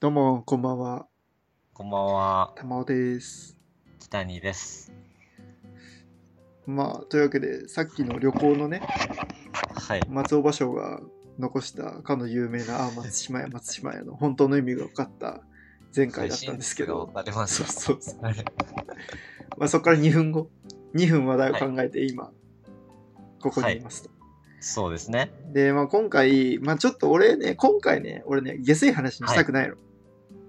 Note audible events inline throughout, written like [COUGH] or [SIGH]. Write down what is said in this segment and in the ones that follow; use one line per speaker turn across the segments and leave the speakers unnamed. どうも、こんばんは。
こんばんは、
たまおです。
北にです。
まあ、というわけで、さっきの旅行のね、
はい。
松尾芭蕉が残したかの有名な、あー松島屋、松島屋の本当の意味が分かった前回だったんですけど、
ありま
そ
す
う。そうそう。
あれ
まあ、そこから2分後、2分話題を考えて今、ここにいますと。
そうですね。
で、まあ今回、まあちょっと俺ね、今回ね、俺ね、下水話にしたくないの。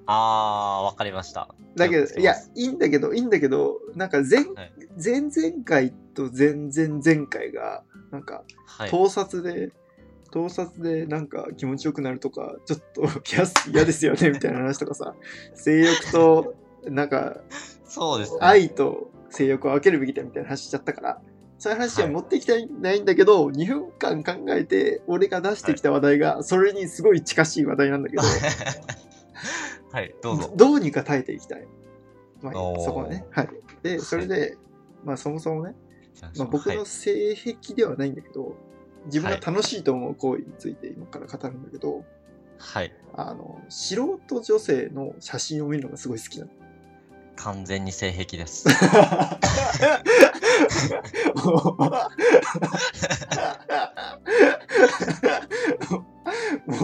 あー、わかりました。
だけ
気をつ
ど、い
ま
や
す、
いいんだけど、いいんだけど、なんか前、
はい
前々回と前々前回が、なんか、
はい。
盗撮で、盗撮でなんか気持ちよくなるとか、ちょっと嫌す嫌ですよ
[LAUGHS]
ね、みたいな話とかさ、性欲と、なんか、
そうですね。
愛と性欲を分けるべきだみたいな話しちゃったから、そういう話は持ってきたいないんだけど、2分間考えて、俺が出してきた話題が、それにすごい近しい話題なんだけど、
はい、 [LAUGHS] どうぞ。
どうにか耐えていきたい。まあ、
おー
そこはね。はい。で、それで、まあ、そもそもね、まあ、僕
は
の
い、
性癖ではないんだけど、自分が楽しいと思う行為について今から語るんだけど、
はい。
あの、素人女性の写真を見るのがすごい好きなの。
完全に性
[LAUGHS]
癖です。
も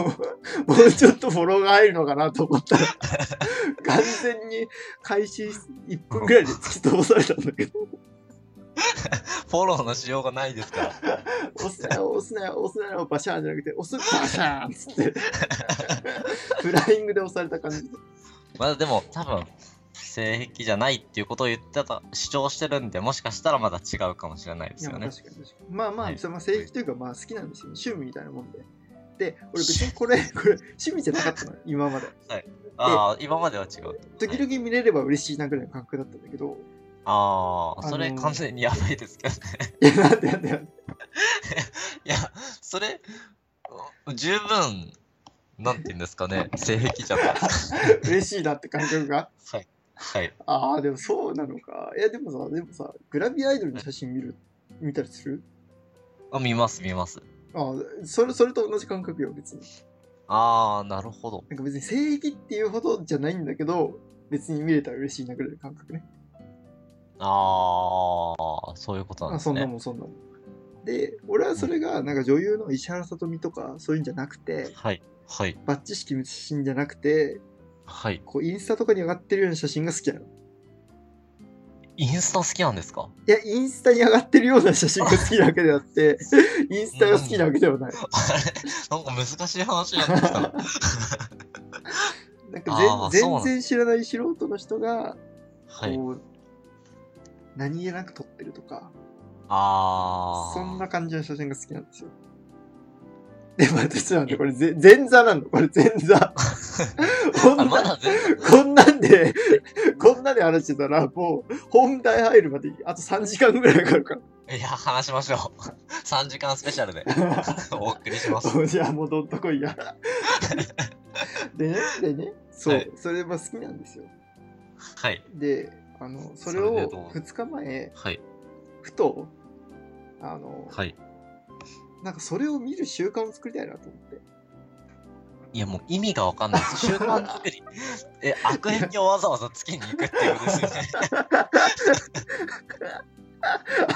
う、もうちょっとフォローが入るのかなと思ったら、完全に開始1分くらいで突き飛ばされたんだけど、
フォローのしようがないですから。
押すなよ、押すなよ、押すなよ、バシャーンじゃなくて、押す、バシャーンっつ
[LAUGHS]
って、フライングで押された感じ。
まだでも、多分、性癖じゃないっていうことを言ってた、主張してるんで、もしかしたらまだ違うかもしれないで
い
す
や、
よ
まあ
ね。
確かに確かに。まあま
は
あ、
い
その正義というか、まあ好きなんですよ。趣味みたいなもんで。で、俺別にこれ、 [LAUGHS] これ、趣味じゃなかったの、今まで。
あー、今までは違う。
時々見れれば嬉しいなぐらいの感覚だったんだけど、
あー、そ
あ
れ
のー
完全にやばいですけどね。
いや、なんでなんでなんで。
いや、それ、う十分、なんて言うんですかね、性癖じゃないです
嬉しいなって感覚が。
か。はい。はい。
ああ、でもそうなのか。いや、でもさ、でもさ、グラビアアイドルの写真見る、見たりする
あ見ます、見ます。
ああ、それ、それと同じ感覚よ、別に。
あー、なるほど。
なんか別に正義っていうほどじゃないんだけど、別に見れたら嬉しいなぐらいの感覚ね。
あー、そういうことなん
あ
です
そんな
ね。
もん、そんなもん。で、俺はそれが、なんか女優の石原さとみとか、そういうんじゃなくて、
はい。はい。
バッチ式写真じゃなくて、
はい。
こう、インスタとかに上がってるような写真が好きなの。
インスタ好きなんですか [LAUGHS]
いや、インスタに上がってるような写真が好きなわけであ
[LAUGHS]
って、インスタが好きなわけではない。
あれなんか難しい話になってきたな。
なん
あ
か
ー
全
そう
全
なん
然知らない素人の人が、
はい。
こう、何気なく撮ってるとか、
あー。
そんな感じの写真が好きなんですよ。でも私なんてこれぜ前座なのこれ前
[LAUGHS]
座。こん
あ、
な、
まだ全然。
こんなんで、こんなで話してたら、もう本題入るまであと3時間ぐらいかかるから。
いや、話しましょう。3時 [LAUGHS] 間スペシャ
[LAUGHS]
ルでお送りします。
そうじゃあもうどんとこいや。でね、でね、そう、
はい
それは好きなんですよ。
はい。
で、あの、それ
それで
を
どう
2日前、
はい。
ふと、あの、
はい。
なんかそれを見る習慣を作りたいなと思って。
いやもう意味がわか
[LAUGHS]
んないです。習慣作り。え、悪癖をわざわざつきに行くっていうことですよね。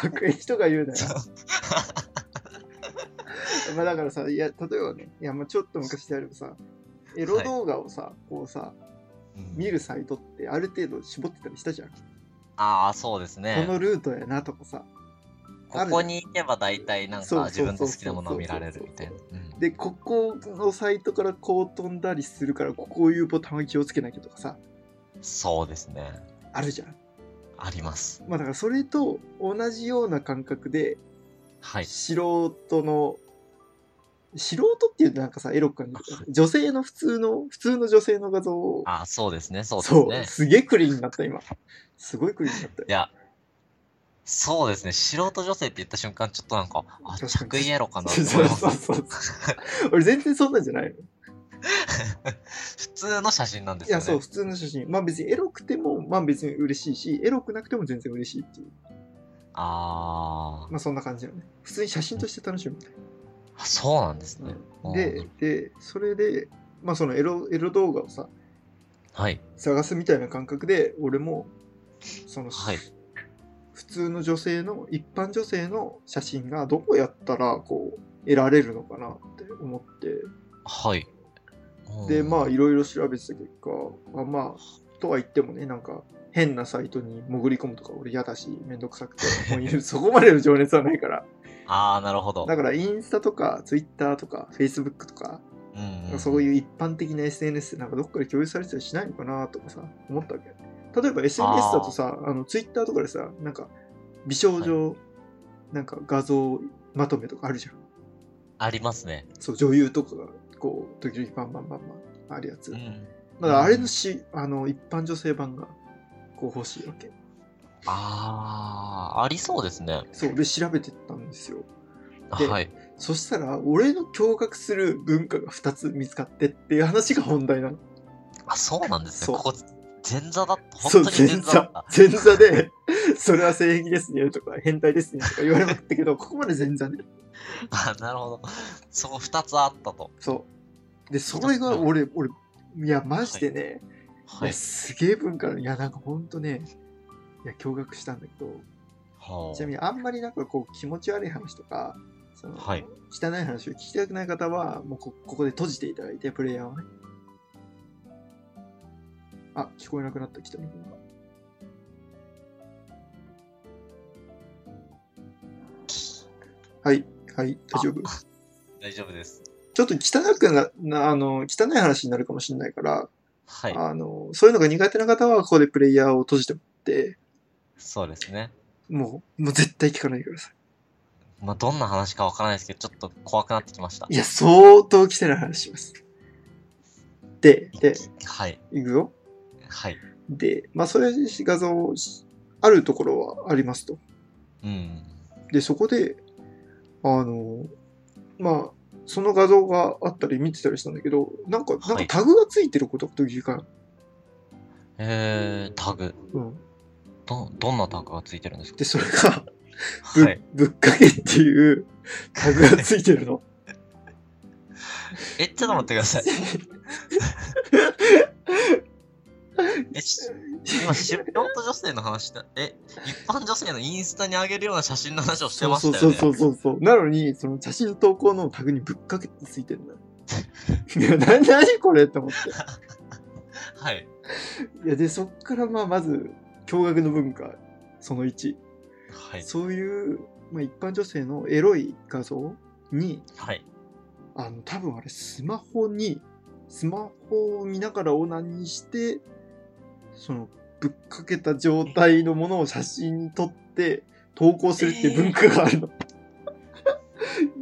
悪意人が言うなよ。 [LAUGHS] まあだからさ、いや、例えばね、いや、まあちょっと昔であればさ、エロ動画をさ、こうさ、見るサイトってある程度絞ってたりしたじゃん。
ああ、そうです
こ
ね。
のルートやなとかさ。
ここに行けば大体なん
そう
か
そう
自分の好きなものを見られるみたいな
そ。で、ここのサイトからこう飛んだりするから、ここういうボタンは気をつけなきゃとかさ、
うんそうですね。
あるじゃん。
あります。
まあだからそれと同じような感覚で、
はい。
素人の、素人っていうとなんかさ、エロく感じるけど女性の普通の、普通の女性の画像を、
ああ、そうですね。そうです
そう,、
ね。
すげえクリーンになった今。すごいクリーンになったよ
いや、そうですね。素人女性って言った瞬間、ちょっとなんか、あ、
確かに
着衣エロかなって
そう
思います
そうそうそう。俺全然そんなんじゃないの。
[LAUGHS] 普通の写真なんで
い
すよ
や、
ね。
そう、普通の写真。まあ別にエロくても、まあ別に嬉しいし、エロくなくても全然嬉しいっていう。
あ
まあそんな感じだよね。普通に写真として楽しむみたい
あ、そうなんですね。
な。で、で、それで、まあそのエロ、エロ動画をさ、
はい。
探すみたいな感覚で俺もその、
はい
普通の女性の一般女性の写真がどうやったらこう得られるのかなって思って
はい。
でまあ
あ、
いろいろ調べてた結果、まあ、まあとは言ってもねなんか変なサイトに潜り込むとか俺嫌だしめんどくさくても
[LAUGHS]
うそこまでの情熱はないから
ああ、なるほど。
だからインスタとかツイッターとかフェイスブックとか
うんん
そういう一般的な SNS ってなんかどっかで共有されてたりしないのかなとかさ、思ったわけ。例えば SNS だとさ、あの Twitter とかでさ、なんか美少女、なんか画像まとめとかあるじゃん。
ありますね。
そう、女優とかがこう、時々バンバンバンバンあるやつ。
うん。
まだあれのし、あの、一般女性版がこう欲しいわけ。
ああ、ありそうですね。
そう、で調べてったんですよ。で
はい。
そしたら、俺の驚愕する文化が2つ見つかってっていう話が本題なの。
あ、そうなんですね。
そう
ここ、前座だった。
そう、
本当に
前
前座だっ
座
た。。
前座で、それは性癖ですねとか、変態ですねとか言われまくったけ
[LAUGHS]
ど、ここまで前座ね。
[LAUGHS] あなるほど。そう、二つあったと。
そう。で、それが俺、俺、いや、マジでね、い
は
や
い。
すげえ文化の、いや、なんかほんとね、いや、驚愕したんだけど、
はあ
ちなみにあんまりなんかこう、気持ち悪い話とか、その、
はい。
汚い話を聞きたくない方は、もうこここで閉じていただいて、プレイヤーをね。あ、聞こえなくなった、北見君が。はい、はい、大丈夫。
大丈夫です。
ちょっと汚くなな、あの、汚い話になるかもしれないから、
はい。
あの、そういうのが苦手な方は、ここでプレイヤーを閉じてもらって、
そうですね。
もう、もう絶対聞かないでください。
まあ、どんな話かわからないですけど、ちょっと怖くなってきました。
いや、相当汚い話します。で、で、
はい。
いくよ。
はい。
で、まあ、それ画像、あるところはありますと。
うん。
で、そこで、あの、まあ、その画像があったり見てたりしたんだけど、なんか、なん
は
か
い
タグがついてることが時々か
えー、タグ。
うん。
ど、どんなタグがついてるんですか
で、それが、ぶ,、
はい。
ぶっかけっていうタグがついてるの。
え、 [LAUGHS] ちょっと待ってください。え、し今、素人女性の話だ。え、一般女性のインスタに上げるような写真の話をしてましたよね。
そうそうそうそうそう。なのに、その写真投稿のタグにぶっかけってついてる
[LAUGHS]
んだよ。いや、な、なにこれって思って。
はい。
いや、で、そっから、まあ、まず、驚愕の文化、その1。
はい。
そういう、まあ、一般女性のエロい画像に、
はい。
あの、多分あれ、スマホに、スマホを見ながらオナニーして、その、ぶっかけた状態のものを写真に撮って、投稿するっていう文化があるの。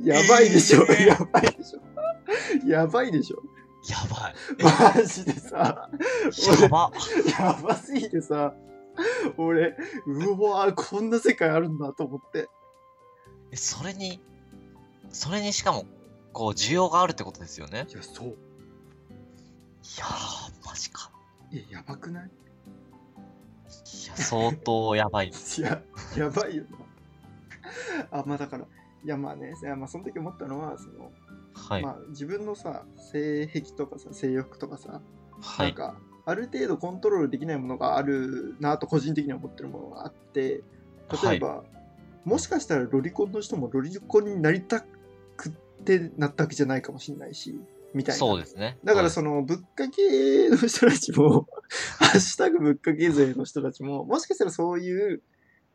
やばいでしょ、
えー
やばいでしょ。やばいでしょ。
やばい。
マジでさ。
やば。
やばすぎてさ、俺、うわーこんな世界あるんだと思って。
え、それに、それにしかも、こう、需要があるってことですよね。
いや、そう。
いやー、マジか。
え、やばくない
いや、相当やばい。
いや、やばいよな。あ、まあだから、いやまあね、いやまあその時思ったのは、その、
はい
ま。あ自分のさ、性癖とかさ、性欲とかさ、
は
なん
い。
か、ある程度コントロールできないものがあるなと個人的には思ってるものがあって、例えば、もしかしたらロリコンの人もロリコンになりたくってなったわけじゃないかもしれないし、みたいな。
そうですね。
だから
はい
そのぶっかけの人たちも、 [LAUGHS] ハッシュタグぶっかけ勢の人たちも、もしかしたらそういう、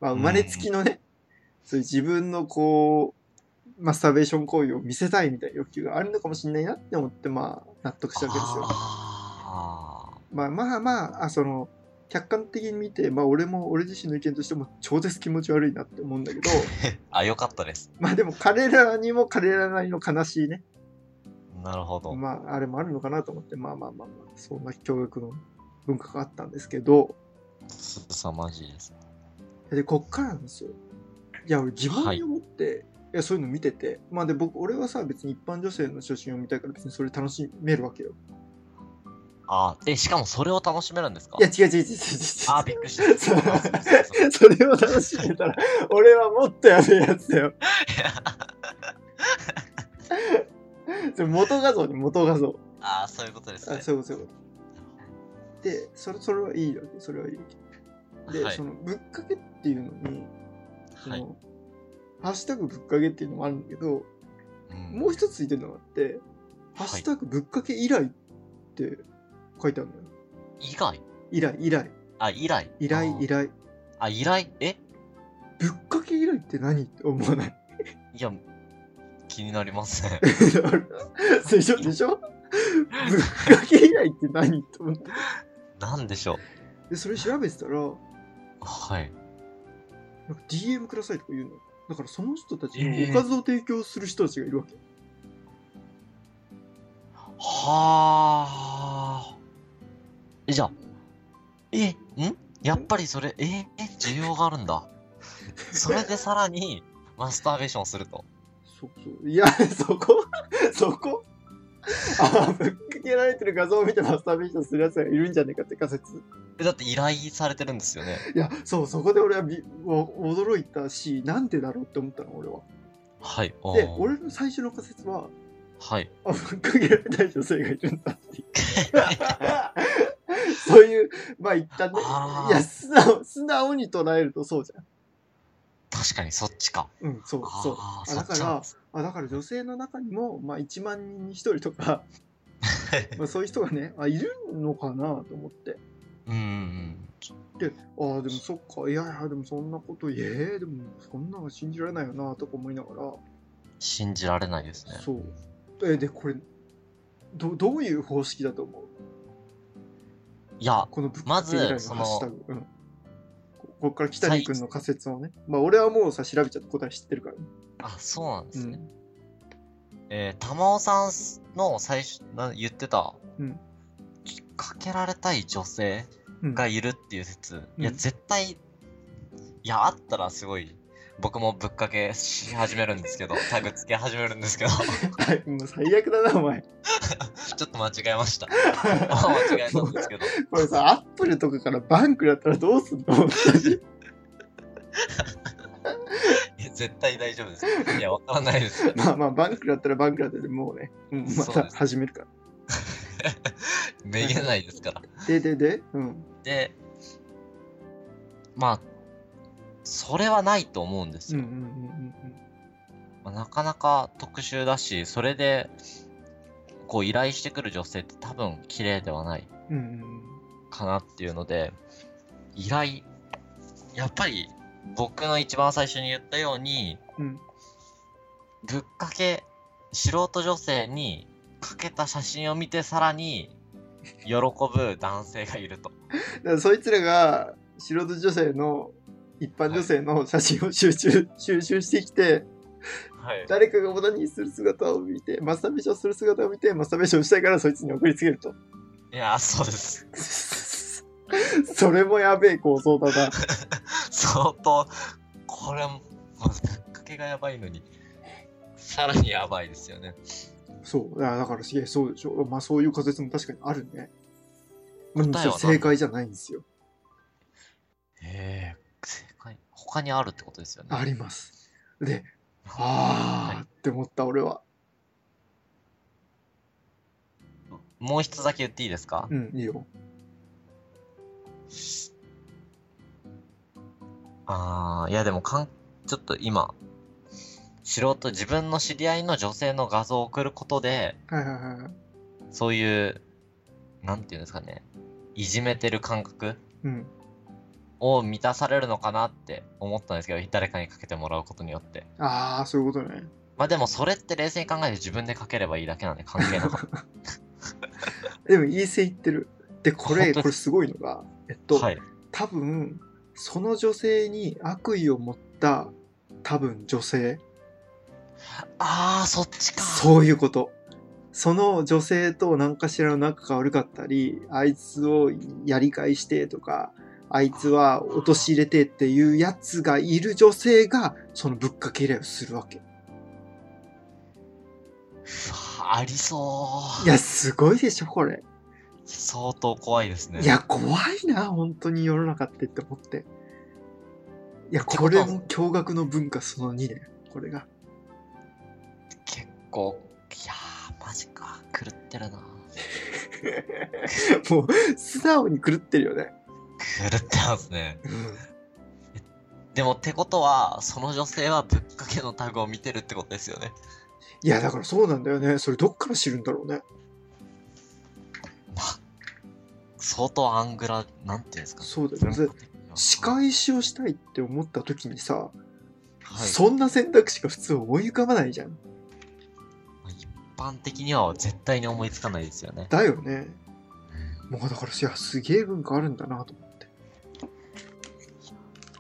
まあ、生まれつきのね、そういう自分のこう、マスターベーション行為を見せたいみたいな欲求があるのかもしれないなって思って、まあ、納得したわけですよ。
あ
まあまあまあ、あその、客観的に見て、まあ俺も、俺自身の意見としても超絶気持ち悪いなって思うんだけど、
ーあ、よかったです。
まあでも彼らにも彼らなりの悲しいね、
なるほど。
まああれもあるのかなと思って、まあまあまあまあ、そんな教育の文化があったんですけど、
すさまじいです。
で、こっからなんですよ。いや、俺自分に思って、い、や、そういうの見てて、まあで、僕、俺はさ、別に一般女性の写真を見たいから別にそれ楽しめるわけよ。
あーえ、しかもそれを楽しめるんですか
いや、違う違う違う違う違う。
[LAUGHS] あーびっくりした。
そう
あすいませんすい
[LAUGHS]
ま
それを楽しめたら、俺はもっとやべえやつだよ。
せん
それ元画像に元画像。
[LAUGHS] あー、そういうことです
あ
ね。
そういうことそういうこで、それ、それはいいわけ、それはいいわけ。で、
はい
その、ぶっかけっていうのに、その、
はい
ハッシュタグぶっかけっていうのもあるんだけど、
うん
もう一つついてるのがあって、ハッシュタグぶっかけ以来って書いてあるんだよ。
以外
以来、以来、
あ、以来。
依頼、依頼。
あー。あ、以来え
ぶっかけ以来って何って思わない。 [LAUGHS]
いや、気になりません。 [LAUGHS]
でしょでしょぶっかけ以来って何と思って。
なんでしょう。
で、それ調べてたら、なん
はい。
か DM くださいとか言うの。だからその人たち
え
に
え
おかずを提供する人たちがいるわけ。
はあ。え、じゃあ、え、んやっぱりそれ、え、え、需要があるんだ。 [LAUGHS] それでさらに、マスターベーションすると。
そうそう。いや、 [LAUGHS] そこそこあ、ぶっかけられてる画像を見てマスターベーションするやつがいるんじゃねえかって仮説。
えだって依頼されてるんですよね。
いや、そう、そこで俺はびお驚いたし、なんでだろうって思ったの、俺は。
はい。あー
で、俺の最初の仮説は、
はい。
あぶっかけられたい女性がいるんだっていう [LAUGHS] そういうまあ一旦ね
あー
いや素直素直に捉えるとそうじゃ
確かにそっちか。
んうんそうそう
あー
あ
そ
だ
っ
か
ちなん
ら
です
あだから女性の中にも、まあ、1万人に1人と
[LAUGHS]
か [LAUGHS] まあそういう人がねあいるのかなと思って
うんうんうん。
でああでもそっかいやいやでもそんなこといえでもそんなの信じられないよなとか思いながら
信じられないですね。
そうえでこれどどういう方式だと思う
いや、
このぶっ
ま
か
ず
け以外の
そ
ハ
の
ッシュタグ。うんここっから北に君の仮説をね。まあ俺はもうさ、調べちゃって答え知ってるからね。
あ、そうなんで
う
すね。
ん。
えー、玉尾さんの最初、な言ってた、
うん
かけられたい女性
うん
がいるっていう説。いや、
うん
絶対、いや、あったらすごい、僕もぶっかけし始めるんで
[LAUGHS]
すけど、タグつけ始めるんですけど、 [LAUGHS]
はい、もう最悪だな、お前。
ちょっと間違えました。
[LAUGHS]
間違えたんですけど。
これさ、アップルとかからバンクだったらどうすんの [LAUGHS]
いや、絶対大丈夫です。いや、わからないですけど。
まあまあ、バンクだったらバンクだったでもうね、うん、ま
そう
た
です
始めるから。
めげないですから。
で、で、で、うん。
で、まあ、それはないと思うんです
うんうん
よ。
うん
まあなかなか特殊だし、それで、こう依頼してくる女性って多分綺麗ではない
うんうん。うんうん
かなっていうので、依頼、やっぱり僕の一番最初に言ったように、
うん
ぶっかけ、素人女性にかけた写真を見てさらに喜ぶ男性がいると。
だからそいつらが素人女性の一般女性の写真を収集収集してきて、
はい。
誰かがオナニーする姿を見て、マスターベーションする姿を見て、マスターベーションしたいからそいつに送りつける
[LAUGHS]
と。
いや、そうです。
それもやべえ構想だな。
相当、これも、まあぶっかけがやばいのに、さらにやばいですよね。
そう、いやだからすげえそうでしょ。まあそういう仮説も確かにあるね。まあでも
答えは
それ正解じゃないんですよ。
へえ、正解。他にあるってことですよね。
あります。で、あーって思った俺は。
もう一つだけ言っていいですか、
うん、いいよ。
ああ、いやでもかん、ちょっと今、素人、自分の知り合いの女性の画像を送ることで、
はいはいはいはい。
そういう、なんていうんですかね、いじめてる感覚
うん。
を満たされるのかなって思ったんですけど、誰かにかけてもらうことによって。
あー、そういうことね。
まあでもそれって冷静に考えて自分でかければいいだけなんで関係
[LAUGHS]
なかっ
でも、いい線いってる。で、これ、
本当。
これすごいのが、えったと、
はい。
多分その女性に悪意を持った多分女性
ああ、そっちか。
そういうことその女性と何かしらの仲が悪かったりあいつをやり返してとかあいつは陥れてっていうやつがいる女性がそのぶっかけ依頼をするわけ
うわありそう。
いやすごいでしょこれ
相当怖いですね。
いや怖いな本当に世の中ってって思っていや
って
こ
こと
れも驚愕の文化その2ねこれが [LAUGHS]
結構、いやー、マジか。狂ってるな。
もう、素直に狂ってるよね。
狂ってますね。でもってことは、その女性はぶっかけのタグを見てるってことですよね。
いや、だからそうなんだよね。それどっから知るんだろうね。
な相当アングラ、なんていうんですか。
そうだよね
全国的には
仕返しをしたいって思った時にさ、
はい
そんな選択肢が普通思い浮かばないじゃん。
一般的には絶対に思いつかないですよね。
だよね。もうだから、いや、すげえ文化あるんだな
[LAUGHS]
と思って。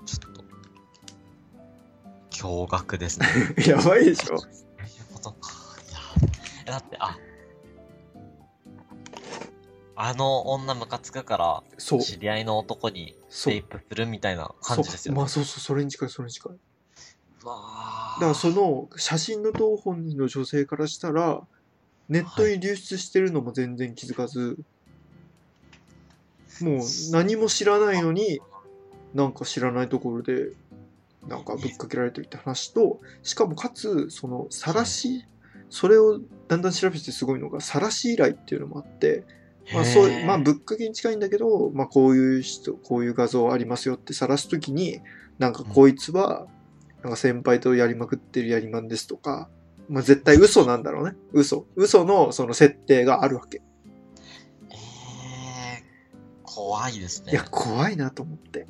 ちょっと、驚愕ですね。
やばいでしょ
そういうことか。いや、だって、あ、あの女ムカつくか
そう
ら、。知り合いの男に
そ
レイ
う。
プするみたいな感じですよ
そうま
ね。
あそうそう、それに近い、それに近い。
うわ
だか
ー
らその写真の当本人の女性からしたら、ネットに流出してるのも全然気づかず、もう何も知らないのに、なんか知らないところで、なんかぶっかけられてるって話と、しかもかつ、その、晒し、それをだんだん調べてすごいのが、晒し依頼っていうのもあって、まあそう
へー
まあ、ぶっかけに近いんだけど、まあ、こういう人こういう画像ありますよって晒すときになんかこいつはなんか先輩とやりまくってるやりまんですとか、まあ、絶対嘘なんだろうね嘘嘘のその設定があるわけ
えー、怖いですね。
いや怖いなと思って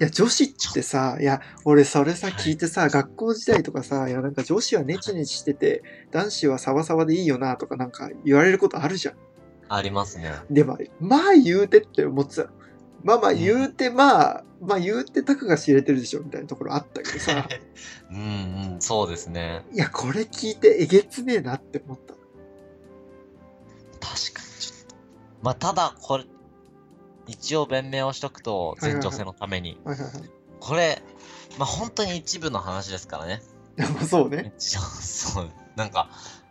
いや女子ってさいや俺それさ
はい
聞いてさ、学校時代とかさいやなんか女子はネチネチしてて男子はサバサバでいいよなとかなんか言われることあるじゃん
あります
[LAUGHS]
ね。
で、まあ、まあ言うてって思ってた。まあまあ言うて、まあ、まあ言うてたかが知れてるでしょみたいなところあったけど
[LAUGHS]
さ、
うんうん、そうですね。
いや、これ聞いてえげつねえなって思った。
確かに、ちょっと。まあ、ただ、これ、一応弁明をしとくと、
はいはいは
全
い
女性のために。
はいはいはい
これ、まあ、本当に一部の話ですからね。
いや。まあそうね。
一応、 [LAUGHS] そう、なんか、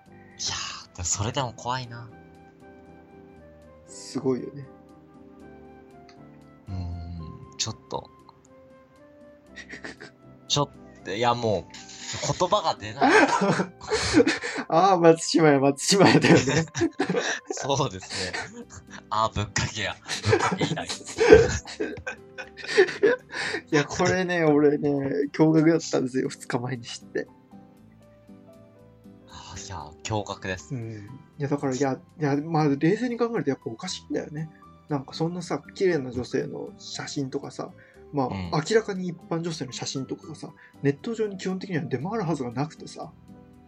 いやー、でもそれでも怖いな。
すごいよね。
うーん、ちょっと。ちょっと、いや、もう、言葉が出ない。
ああ、松島や、松島やだよね。
そうですね。あー、ぶっかけや。ぶっかけ
[LAUGHS]
いない。
いや、これね、俺ね、驚愕だったんですよ、2日前に知って。
あーいやー、驚愕です。
うん。いや、だから、いや、いや、まあ、冷静に考えるとやっぱおかしいんだよね。なんかそんなさ、綺麗な女性の写真とかさ、まあ、
うん
明らかに一般女性の写真とかがさ、ネット上に基本的には出回るはずがなくてさ、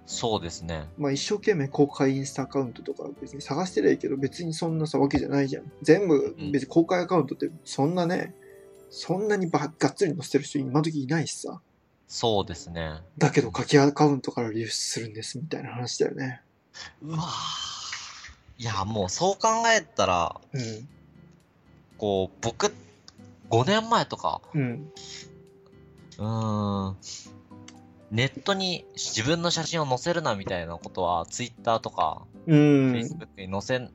そうですね。
まあ一生懸命公開インスタアカウントとか別に探してりゃいいけど、別にそんなさわけじゃないじゃん。全部
うん、
別に公開アカウントってそんなね、そんなにばがっつり載せてる人今時いないしさ、
そうですね。
だけど書きアカウントから流出するんですみたいな話だよね。
うわーいや、もうそう考えたら、
うん。
こう、僕、5年前とか、
うん。
うーん、ネットに自分の写真を載せるなみたいなことは、ツイッターとか、
うん。
Facebook に載せん、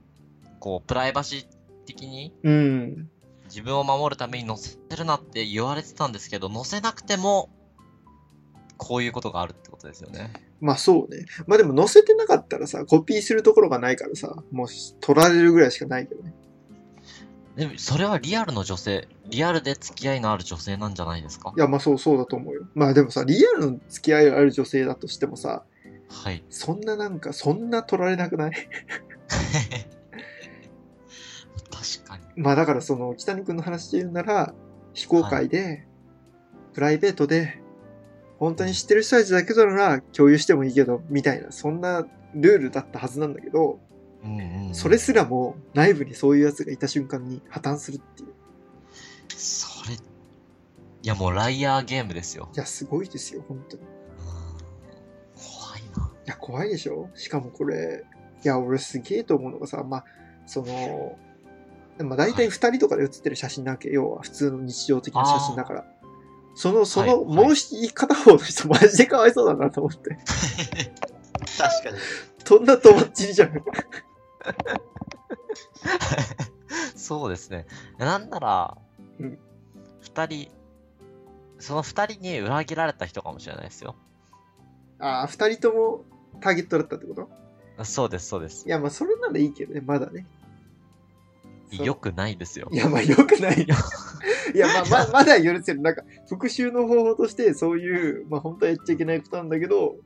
こう、プライバシー的に
うん。
自分を守るために載せるなって言われてたんですけど、載せなくても、こういうことがあるってことですよね。
まあそうね。まあでも載せてなかったらさ、コピーするところがないからさ、もう取られるぐらいしかないけどね。
でも、それはリアルの女性、リアルで付き合いのある女性なんじゃないですか
いやまあそうそうだと思うよ。まあでもさ、リアルの付き合いがある女性だとしてもさ、
はい。 [LAUGHS]
そんななんか、そんな取られなくない [LAUGHS]
確かに。
まあだからその、北に君の話で言うなら、非公開で、プライベートで、本当に知ってる人たちだけなら共有してもいいけど、みたいな、そんなルールだったはずなんだけど、
うんうんうん
それすらも内部にそういうやつがいた瞬間に破綻するっていう。
それいやもうライアーゲームですよ
いや、すごいですよ、本当に。
うん怖い [LAUGHS] ない
や、怖いでしょしかもこれ、いや、俺すげえと思うのがさ、まあ、その、まあ大体2人とかで写ってる写真なわけ、要は普通の日常的な写真だから。その、その、
はい
もう一片方の人、マジでかわいそうだなと思って。
確かに
とんだ友達じゃん。
そうですねなんなら、
うん
二人その二人に裏切られた人かもしれないですよ
ああ、2人ともターゲットだったってこと
うんそうです、そうです。
いや、まあ、それならいいけどね、まだね。そう
良くないですよ
い。や、まあ、よくないよ。いや、ま [LAUGHS] あ、ま、まだ許せる。なんか、復讐の方法として、そういう、まあ、本当はやっちゃいけないことなんだけど、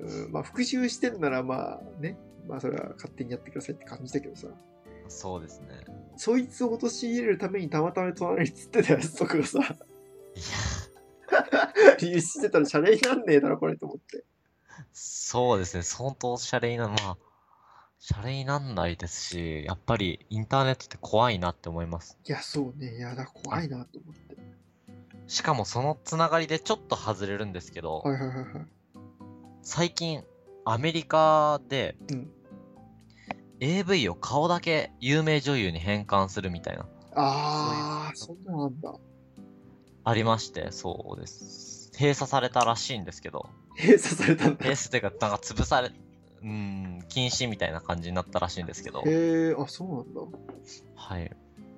うんまあ、復讐してんなら、まあ、ね、まあ、それは勝手にやってくださいって感じだけどさ、
そうですね。
そいつを陥れるためにたまたま隣に釣ってたやつとかがさ、
い
理由してたら、シャレになんねえだろ、これと思って。
や、そうですね。相当シャレにな、まあ、シャレになんないですし、やっぱりインターネットって怖いなって思います。
いや、そうね、いや、だから怖いなと思って。
しかもそのつながりでちょっと外れるんですけど、
はいはいはいはい。
最近アメリカで
うん
AV を顔だけ有名女優に変換するみたいな
ああ、そんなのあんだ。
ありましてそうです閉鎖されたらしいんですけど
閉鎖されたんだ。
閉鎖っていうかなんか潰されうーん禁止みたいな感じになったらしいんですけど
へ、え、あ、そう
はい、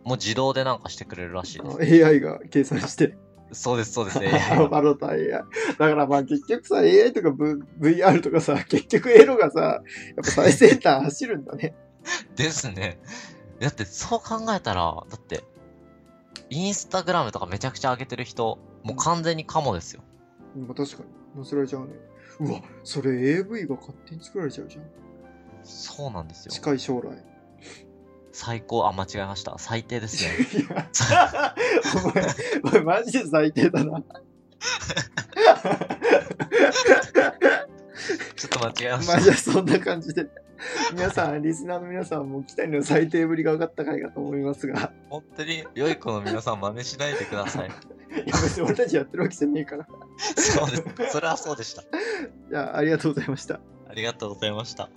もう自動でなんかしてくれるらしい
な
で
んだ。あ AI が計算して。
すそうですそう
[LAUGHS]
です
あ
AI
バロタ AI。だからまあ結局さ、AI とか、v、VR とかさ、 [LAUGHS] 結局エロがさ、やっぱ最先端走るんだね。 [LAUGHS]
ですねだってそう考えたらだってインスタグラムとかめちゃくちゃ上げてる人もう完全にカモですよ
まあ確かに。乗せられちゃうね。うわ、それ AV が勝手に作られちゃうじゃん。
そうなんですよ
近い将
[LAUGHS]
来。
最高、あ、間違えました。最低で
[LAUGHS]
すね。
いや、お前、お [LAUGHS] 前マジで最低だな。
ちょっと間違えま
まあ
し
じゃあそんな感じで。皆さん、リスナーの皆さんも北にの最低ぶりが分かった回かと思います
[LAUGHS]
が、
た。本当に良い子の皆さん真似しないでください。
いや別に俺たちやってるわけじゃねえから。
そうです。それはそうでした。
じゃあありがとうございました。
ありがとうございました。